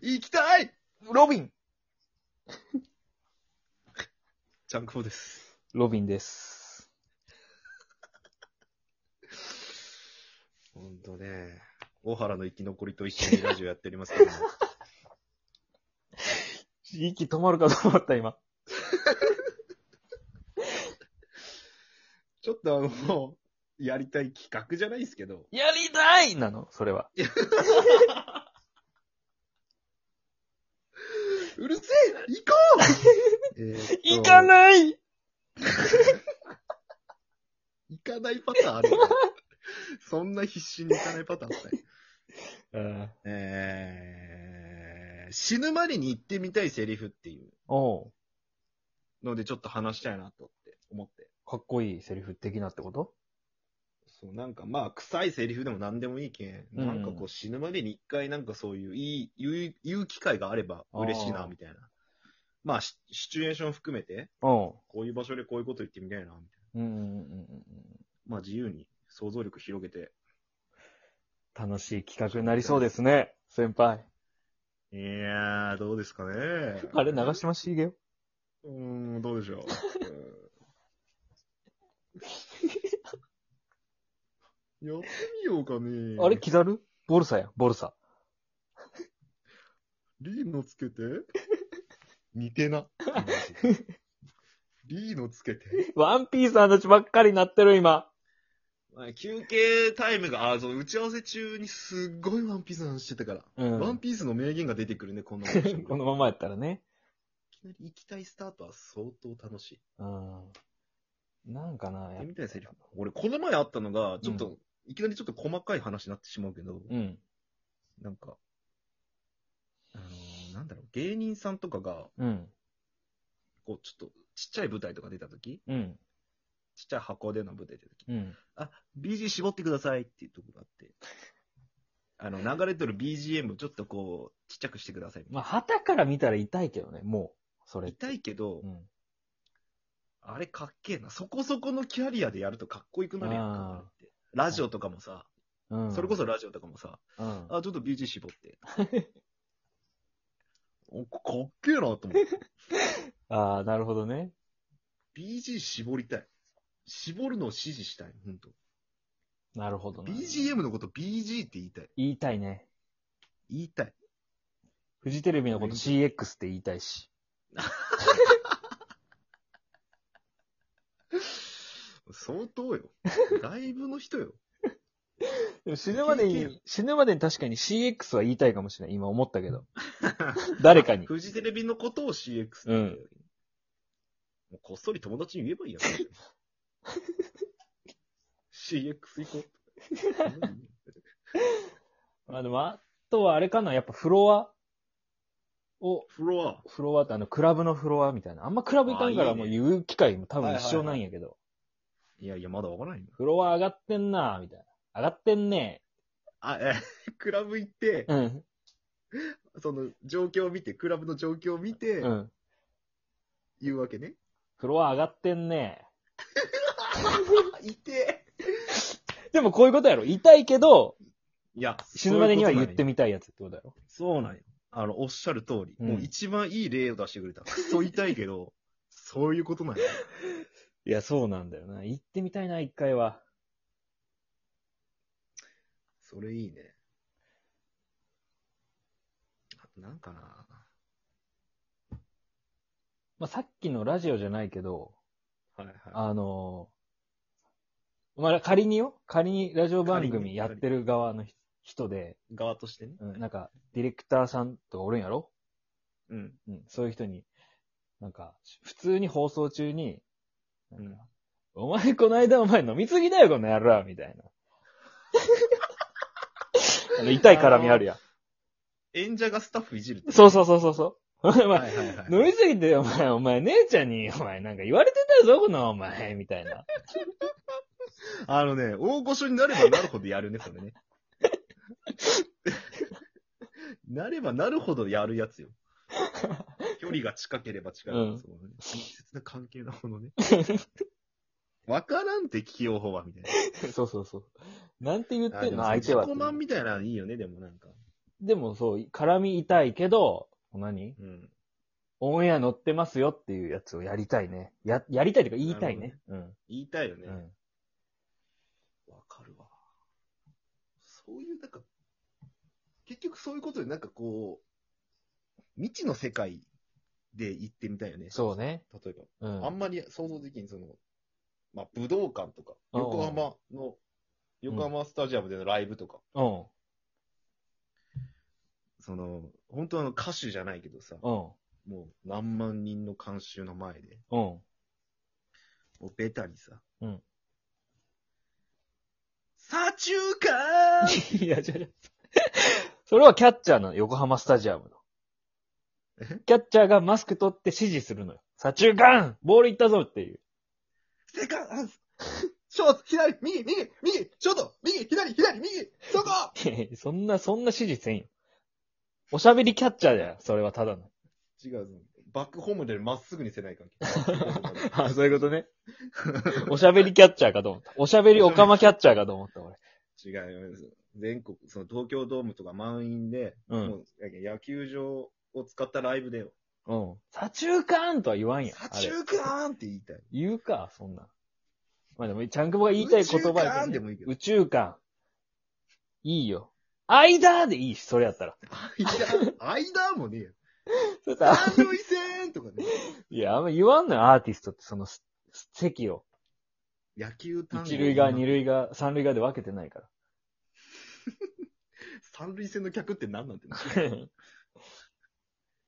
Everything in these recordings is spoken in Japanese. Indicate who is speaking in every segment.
Speaker 1: 行きたいロビンちゃんこです。
Speaker 2: ロビンです。
Speaker 1: ほんとね。大原の生き残りと一緒にラジオやっておりますけども。
Speaker 2: 息止まるかと思った、今。
Speaker 1: ちょっとあの、やりたい企画じゃないですけど、
Speaker 2: やりたいなのそれは。
Speaker 1: うるせえ行こう えーっと
Speaker 2: 行かない
Speaker 1: 行かないパターンあるよ そんな必死に行かないパターンあったよ
Speaker 2: うん。
Speaker 1: えー、死ぬまでに言ってみたいセリフっていう
Speaker 2: おう
Speaker 1: のでちょっと話したいなとって思って。
Speaker 2: かっこいいセリフ的なってこと
Speaker 1: そう、なんかまあ、臭いセリフでも何でもいいけん。
Speaker 2: うん
Speaker 1: なんかこう死ぬまでに一回なんかそういう、いい、言う、言う機会があれば嬉しいな、
Speaker 2: あー
Speaker 1: みたいな。まあ、シシチュエーション含めて、
Speaker 2: お
Speaker 1: こういう場所でこういうこと言ってみたいな、みたいな。
Speaker 2: うん。うんうんうんうん。
Speaker 1: まあ、自由に想像力広げて。
Speaker 2: 楽しい企画になりそうですね、先輩。
Speaker 1: いやー、どうですかね。
Speaker 2: あれ、長島茂よ。
Speaker 1: うーん、どうで しょう。うんやってみようかね。
Speaker 2: あれ、キザルボルサや、ボルサ。
Speaker 1: リーのつ けて似て な。リーのつけて。
Speaker 2: ワンピースの話ばっかりなってる、今。
Speaker 1: 休憩タイムが、あ、その打ち合わせ中にすっごいワンピースの話してたから。
Speaker 2: うん
Speaker 1: ワンピースの名言が出てくるね、 こんなことしてると
Speaker 2: このままやったらね。
Speaker 1: いきなり行きたいスタートは相当楽しい。
Speaker 2: うん。なんか
Speaker 1: や
Speaker 2: な、
Speaker 1: っ
Speaker 2: や
Speaker 1: て
Speaker 2: っ
Speaker 1: みたいセリフ。俺、この前あったのが、ちょっと、
Speaker 2: う
Speaker 1: いきなりちょっと細かい話になってしまうけど、
Speaker 2: うん。
Speaker 1: なんか、あのーなんだろう、芸人さんとかが、
Speaker 2: うん。
Speaker 1: こう、ちょっと、ちっちゃい舞台とか出たとき、
Speaker 2: うん。
Speaker 1: ちっちゃい箱での舞台出たとき、
Speaker 2: うん。
Speaker 1: あ、BG 絞ってくださいっていうところがあって、あの、流れてる BGM をちょっとこう、ちっちゃくしてくださいみた
Speaker 2: ま
Speaker 1: い
Speaker 2: あ、旗から見たら痛いけどね、もう。そ
Speaker 1: な。
Speaker 2: れ。
Speaker 1: 痛いけど、
Speaker 2: うん。
Speaker 1: あれかっけえな。そこそこのキャリアでやるとかっこよくなるやんかあれって。ラジオとかもさ、
Speaker 2: うん、
Speaker 1: それこそラジオとかもさ、
Speaker 2: そ、うん、
Speaker 1: あ、ちょっと BG 絞って。 おかっけえなと思って。
Speaker 2: ああ、なるほどね。
Speaker 1: BG 絞りたい。絞るのを指示したい。本当。
Speaker 2: なるほどな。
Speaker 1: BGM のこと BG って言いたい。
Speaker 2: 言いたいね。
Speaker 1: 言いたい。
Speaker 2: フジテレビのこと
Speaker 1: うん
Speaker 2: CX って言いたいし。
Speaker 1: 相当 よ。ライブの人よ。
Speaker 2: 死ぬまで
Speaker 1: いけいけ
Speaker 2: に、死ぬまでに確かに CX は言いたいかもしれない。今思ったけど。 誰かに。
Speaker 1: フジテレビのことを CX って言
Speaker 2: うん
Speaker 1: もうこっそり友達に言え ばいいやん。CX 行こ う。
Speaker 2: まあでも、あとはあれかな。やっぱフロアを、
Speaker 1: フロア。
Speaker 2: フロアってあの、クラブのフロアみたいな。あんまクラブ行かんか
Speaker 1: あ
Speaker 2: ら
Speaker 1: いい
Speaker 2: もう
Speaker 1: ね
Speaker 2: 言う機会も多分一緒なんやけど。
Speaker 1: いやいや、まだわからないよ。
Speaker 2: フロア上がってんなーみたいな。上がってんね
Speaker 1: あ、え、クラブ行って、
Speaker 2: ーうん。
Speaker 1: その状況を見て、クラブの状況を見て
Speaker 2: う、ん。
Speaker 1: 言うわ けね。
Speaker 2: フロア上がってんね
Speaker 1: あ、いて
Speaker 2: ーでもこういうことやろ。言いたいけど、
Speaker 1: いや、
Speaker 2: 死ぬまでには言って
Speaker 1: み
Speaker 2: みたいやつってことやろ。
Speaker 1: そうなんよ。あの、おっしゃる通り。
Speaker 2: うん
Speaker 1: もう一番いい例を出してくれた。クソ痛いけ ど、そういうことなんよ。
Speaker 2: いや、そうなんだよな。行ってみたいな、一回は。
Speaker 1: それいいね。あとなんかな
Speaker 2: まあ、さっきのラジオじゃないけど、
Speaker 1: はいはい。
Speaker 2: あのーまあ、仮によ、仮にラジオ番
Speaker 1: 仮に
Speaker 2: 組やってる側の人人で、
Speaker 1: 側としてね。
Speaker 2: うん、なんか、ディレクターさんとかおるんやろ
Speaker 1: うん。
Speaker 2: うん、そういう人に、なんか、普通に放送中に、なんかお前、この間お前飲みすぎだよ、この野郎みたいな。 あの痛い絡みあるやん。
Speaker 1: 演者がスタッフいじるって。
Speaker 2: そうそうそうそうそう。お前、お前
Speaker 1: はいはいはい。
Speaker 2: 飲みすぎて、お前、お前、姉ちゃんに、お前、なんか言われてたぞ、この、お前、みたい な。
Speaker 1: あのね、大御所になればなるほどやるね、それね。 なればなるほどやるや つよ。距離が近ければ近い。
Speaker 2: うん
Speaker 1: そうね。密接な関係なも のね。わからんって聞きようほは、みたいな。
Speaker 2: そうそうそう。なんて言ってんの、
Speaker 1: あ
Speaker 2: 相
Speaker 1: で
Speaker 2: 手
Speaker 1: も
Speaker 2: は。
Speaker 1: 自己満みたいなのいいよね、でもなんか。
Speaker 2: でもそう、絡み痛いけど、何
Speaker 1: うん。
Speaker 2: オンエア乗ってますよっていうやつをやりたいね。や、やりたいというか言いたいね。うん。
Speaker 1: 言いたいよね。
Speaker 2: う
Speaker 1: わ、
Speaker 2: ん。
Speaker 1: かるわ。そういう、なんか、結局そういうことで、なんかこう、未知の世界で行ってみたいよね。
Speaker 2: そうね。
Speaker 1: 例えば。
Speaker 2: うん。
Speaker 1: あんまり想像できん、その、まあ、武道館とか、
Speaker 2: うん
Speaker 1: 横浜の、横浜スタジアムでのライブとか、
Speaker 2: うん。
Speaker 1: その、本当あの歌手じゃないけどさ、
Speaker 2: うん。
Speaker 1: もう何万人の観衆の前で、
Speaker 2: うん。
Speaker 1: もうベタにさ、
Speaker 2: うん。
Speaker 1: 左中間
Speaker 2: いや、じゃじゃ。 それはキャッチャーなの、横浜スタジアムの
Speaker 1: え。
Speaker 2: キャッチャーがマスク取って指示するのよ。左中間ボール行ったぞっていう。
Speaker 1: セカンドショート左右右右ショート右左左右そこ
Speaker 2: いやい やそんな、そんな指示せんよ。おしゃべりキャッチャーだよ。それはただの。
Speaker 1: 違う、バックホームでまっすぐにせない関係。
Speaker 2: あ、そういうことね。 おしゃべりキャッチャーかと思った。おしゃべりオカマキャッチャーかと思った、俺。
Speaker 1: 違うよ。全国、その東京ドームとか満員で、
Speaker 2: う
Speaker 1: も
Speaker 2: ん。
Speaker 1: う野球場を使ったライブだよ。
Speaker 2: うん。左中間とは言わんや。あ
Speaker 1: 左中
Speaker 2: れ。
Speaker 1: 間って言いたい。
Speaker 2: 言うか、そんなん。まあでも、ちゃんくぼが言いたい言葉や
Speaker 1: 宇宙
Speaker 2: けどね
Speaker 1: 間でもいいけど
Speaker 2: 宇宙間。いいよ。間でいいし、それやったら。
Speaker 1: 間、間もねえよ。
Speaker 2: それさ
Speaker 1: 三塁線とかね。
Speaker 2: いや、あんま言わんのよ、アーティストって、そのすす席を。
Speaker 1: 野球単位
Speaker 2: 一塁側、二塁側、三塁側で分けてないか
Speaker 1: 三塁線の客って何なんてな。
Speaker 2: ら。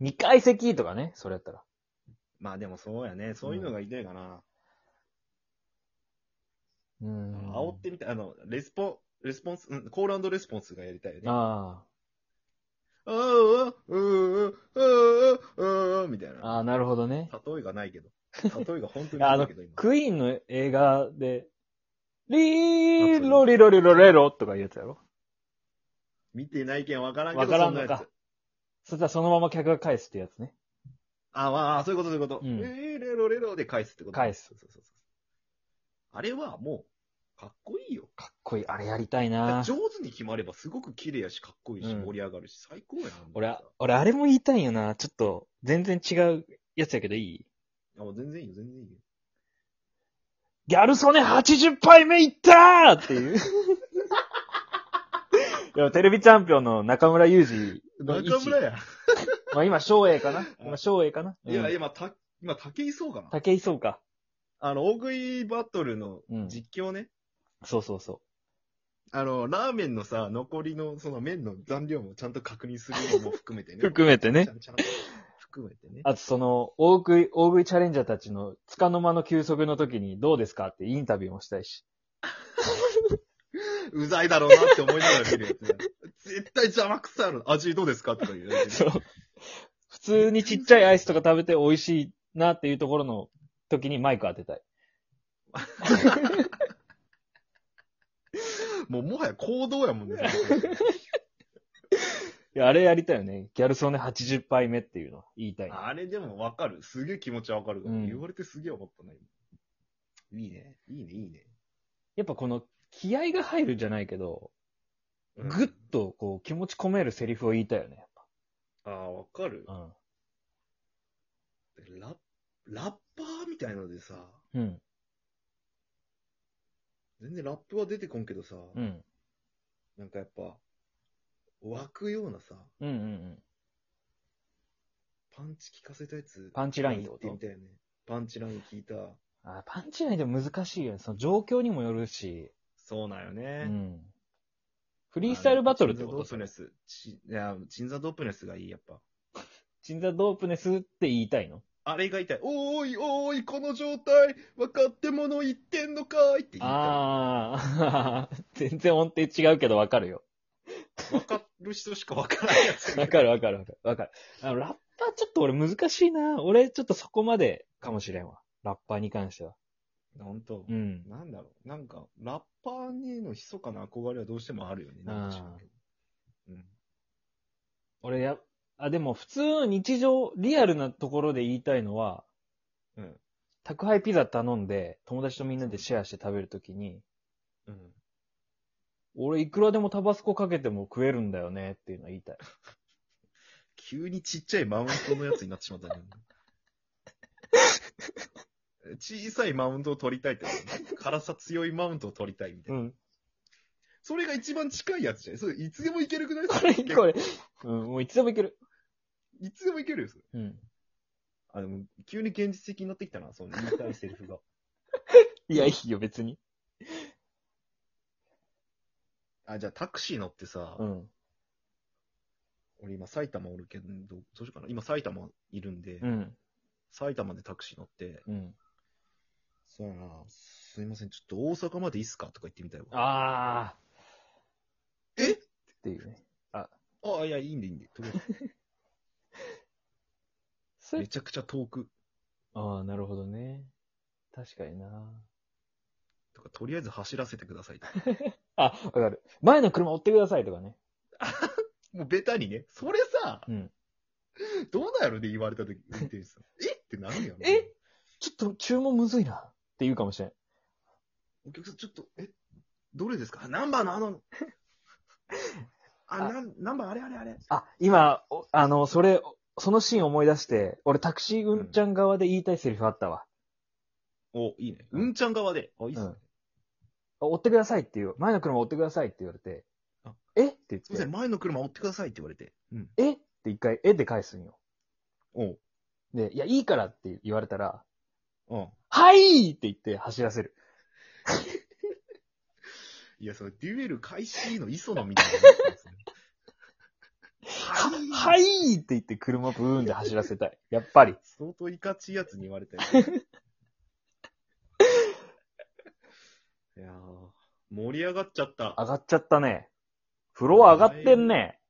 Speaker 2: 二階席とかね、それやったら。
Speaker 1: まあでもそうやね。そういうのが言いたいかな。
Speaker 2: うん。
Speaker 1: 煽ってみたい。あの、レスポ、レスポンス、うん、コールレスポンスがやりたいよね。
Speaker 2: あ
Speaker 1: あーあー、うーあー、あーあー、みたい
Speaker 2: あ。
Speaker 1: な。
Speaker 2: ああ、なるほどね。
Speaker 1: 例えがないけど。例えが本当に
Speaker 2: あ
Speaker 1: な
Speaker 2: の
Speaker 1: いけど、今。
Speaker 2: クイーンの映画で、リーロリロリロレロとかいうやつやろ
Speaker 1: 見てないけんわからんけ
Speaker 2: わ
Speaker 1: ど、
Speaker 2: から
Speaker 1: そ
Speaker 2: ん
Speaker 1: な
Speaker 2: の
Speaker 1: やつ
Speaker 2: か。そしたらそのまま客が返すってやつね。
Speaker 1: あ、まあ、そういうこと、そういうこと。
Speaker 2: うん
Speaker 1: えー、レロレロで返すってこと。
Speaker 2: 返す
Speaker 1: そうそうそうそう。あれはもう、かっこいいよ。
Speaker 2: かっこいい。あれやりたい
Speaker 1: だか
Speaker 2: な
Speaker 1: ら上手に決まればすごく綺麗やし、かっこいいし、
Speaker 2: うん
Speaker 1: 盛り上がるし、最高やな。
Speaker 2: 俺は、俺あれも言いたいよな。ちょっと、全然違うやつやけどいい
Speaker 1: あ、もう全然いいよ、全然いいよ。
Speaker 2: ギャル曽根80杯目いったーっ ていう。いや、テレビチャンピオンの中村裕二の位置。
Speaker 1: 中村や。
Speaker 2: まあ今、翔英かな今、翔英かな、
Speaker 1: いや、
Speaker 2: や。
Speaker 1: 今、た、今、竹井壮かな。
Speaker 2: 竹井壮か。
Speaker 1: あの、大食いバトルの
Speaker 2: うん
Speaker 1: 実況ね。
Speaker 2: そうそうそ
Speaker 1: あの、ラーメンのさ、残りの、その麺の残量もちゃんと確認するのも含めて
Speaker 2: う。
Speaker 1: ね。
Speaker 2: 含めて
Speaker 1: め
Speaker 2: ね
Speaker 1: ちゃ。んちゃんと含めてね。
Speaker 2: あとその、大食い、大食いチャレンジャーたちの、つかの間の休息の時にどうですかってインタビューもしたいし。
Speaker 1: うざいだろうなって思いながら見るやつね。絶対邪魔くさいの。味どうですかとか言うやつ
Speaker 2: そう。 普通にちっちゃいアイスとか食べて美味しいなっていうところの時にマイク当てたい。
Speaker 1: もうもはや行動やもんね。
Speaker 2: いや、あれやりたいよね。ギャルソネ80杯目っていうの言いたいな。
Speaker 1: あれでもわかる。すげえ気持ちはわかるから、
Speaker 2: うん
Speaker 1: 言われてすげえわかったな、今いいね。いいね、いいね。
Speaker 2: やっぱこの気合が入るんじゃないけど、
Speaker 1: うん
Speaker 2: ぐっとこう気持ち込めるセリフを言いたいよね。やっ
Speaker 1: ああ、わかる。
Speaker 2: ぱ
Speaker 1: ラッ、ラッパーみたいのでさ、
Speaker 2: うん。うん。
Speaker 1: 全然ラップは出てこんけどさ、
Speaker 2: うん。
Speaker 1: なんかやっぱ、湧くようなさ、
Speaker 2: うんうんうん。
Speaker 1: パンチ効かせたやつ、
Speaker 2: パンチラインって
Speaker 1: 言
Speaker 2: こ
Speaker 1: ってみ
Speaker 2: と
Speaker 1: たいよね。パンチライン聞いた。
Speaker 2: あパンチラインでも難しいよね。その状況にもよるし。
Speaker 1: そうなんよ
Speaker 2: う
Speaker 1: ね。
Speaker 2: ん。フリースタイルバトルってこ
Speaker 1: あの
Speaker 2: と
Speaker 1: チンザドープネス。ちいや、チンザドープネスがいい、やっぱ。
Speaker 2: チンザドープネスって言いたいの
Speaker 1: あれが痛い。おーい、おーい、この状態、分かってもの言ってんのかーいって言いた
Speaker 2: ああ、 全然音程違うけどわかるよ。
Speaker 1: い。分かる人しか分からないやつ。
Speaker 2: わかるわかるわかる。わかる。あの、ラッパーちょっと俺難しいな。俺ちょっとそこまでかもしれんわ。ラッパーに関しては。
Speaker 1: ほんと
Speaker 2: う。ん。
Speaker 1: なんだろう。なんか、ラッパーにの密かな憧れはどうしてもあるよね。なんか知らんけどうん。
Speaker 2: 俺や、あ、でも普通の日常、リアルなところで言いたいのは、
Speaker 1: うん。
Speaker 2: 宅配ピザ頼んで、友達とみんなでシェアして食べるときに、
Speaker 1: うん。
Speaker 2: 俺いくらでもタバスコかけても食えるんだよねっていうのは言いたい。
Speaker 1: 急にちっちゃいマウントのやつになってしまったね。 小さいマウントを取りたいってことね辛さ強いマウントを取りたいみたいな。
Speaker 2: ん。
Speaker 1: それが一番近いやつじゃないそれいつでもいけるくない
Speaker 2: これ、これ、うん、もういつでもいける。
Speaker 1: いつでもいけるよ、それ。
Speaker 2: うん。
Speaker 1: あ、でも、急に現実的になってきたな、その言いたいセリフが。
Speaker 2: いや、いいよ、別に。
Speaker 1: あ、じゃあタクシー乗ってさ、
Speaker 2: ん。
Speaker 1: 俺今埼玉おるけど、どうしようかな。今埼玉いるんで、
Speaker 2: うん。
Speaker 1: 埼玉でタクシー乗って、
Speaker 2: うん。
Speaker 1: そうやな、すいません、ちょっと大阪までいいっすかとか言ってみたいわ。
Speaker 2: あー。
Speaker 1: え
Speaker 2: っていうね。
Speaker 1: あ、いや、いいんでいいんで。とりあえず
Speaker 2: そ
Speaker 1: めちゃくちゃ遠く。
Speaker 2: ああ、なるほどね。確かにな。
Speaker 1: とか、とりあえず走らせてくださいとか。
Speaker 2: あ、わかる。前の車追ってくださいとかね。
Speaker 1: もうベタにね。それさ、
Speaker 2: うん。
Speaker 1: どうだろうね、言われた時、運転手さん。 えってなるよね。
Speaker 2: えちょっと注文むずいな。って言うかもしれん。
Speaker 1: お客さん、ちょっと、え、どれですかあナンバーのあ の、あ、
Speaker 2: あ
Speaker 1: なんナンバーあれあれあれ。
Speaker 2: あ、今、おあの、それ、そのシーン思い出して、俺タクシーうんちゃん側で言いたいセリフあったわ。
Speaker 1: お、いいね。うんちゃん側で。あ、いいっすね。
Speaker 2: うんあ追ってくださいっていう。前の車追ってくださいって言われて
Speaker 1: あ。
Speaker 2: えって言っ
Speaker 1: すみませ
Speaker 2: て
Speaker 1: ん、。前の車追ってくださいって言われて。うん。
Speaker 2: えって一回、えで返すんよ。
Speaker 1: おう。
Speaker 2: で、いや、いいからって言われたら、
Speaker 1: うん。
Speaker 2: はいって言って走らせる。
Speaker 1: いや、それ、デュエル開始の磯野み たい
Speaker 2: は
Speaker 1: な、ね。い。
Speaker 2: はいって言って車ブーンで走らせたい。やっぱり。
Speaker 1: 相当いかちいやつに言われたよ。いやー、盛り上がっちゃった。
Speaker 2: 上がっちゃったね。フロア上がってんね。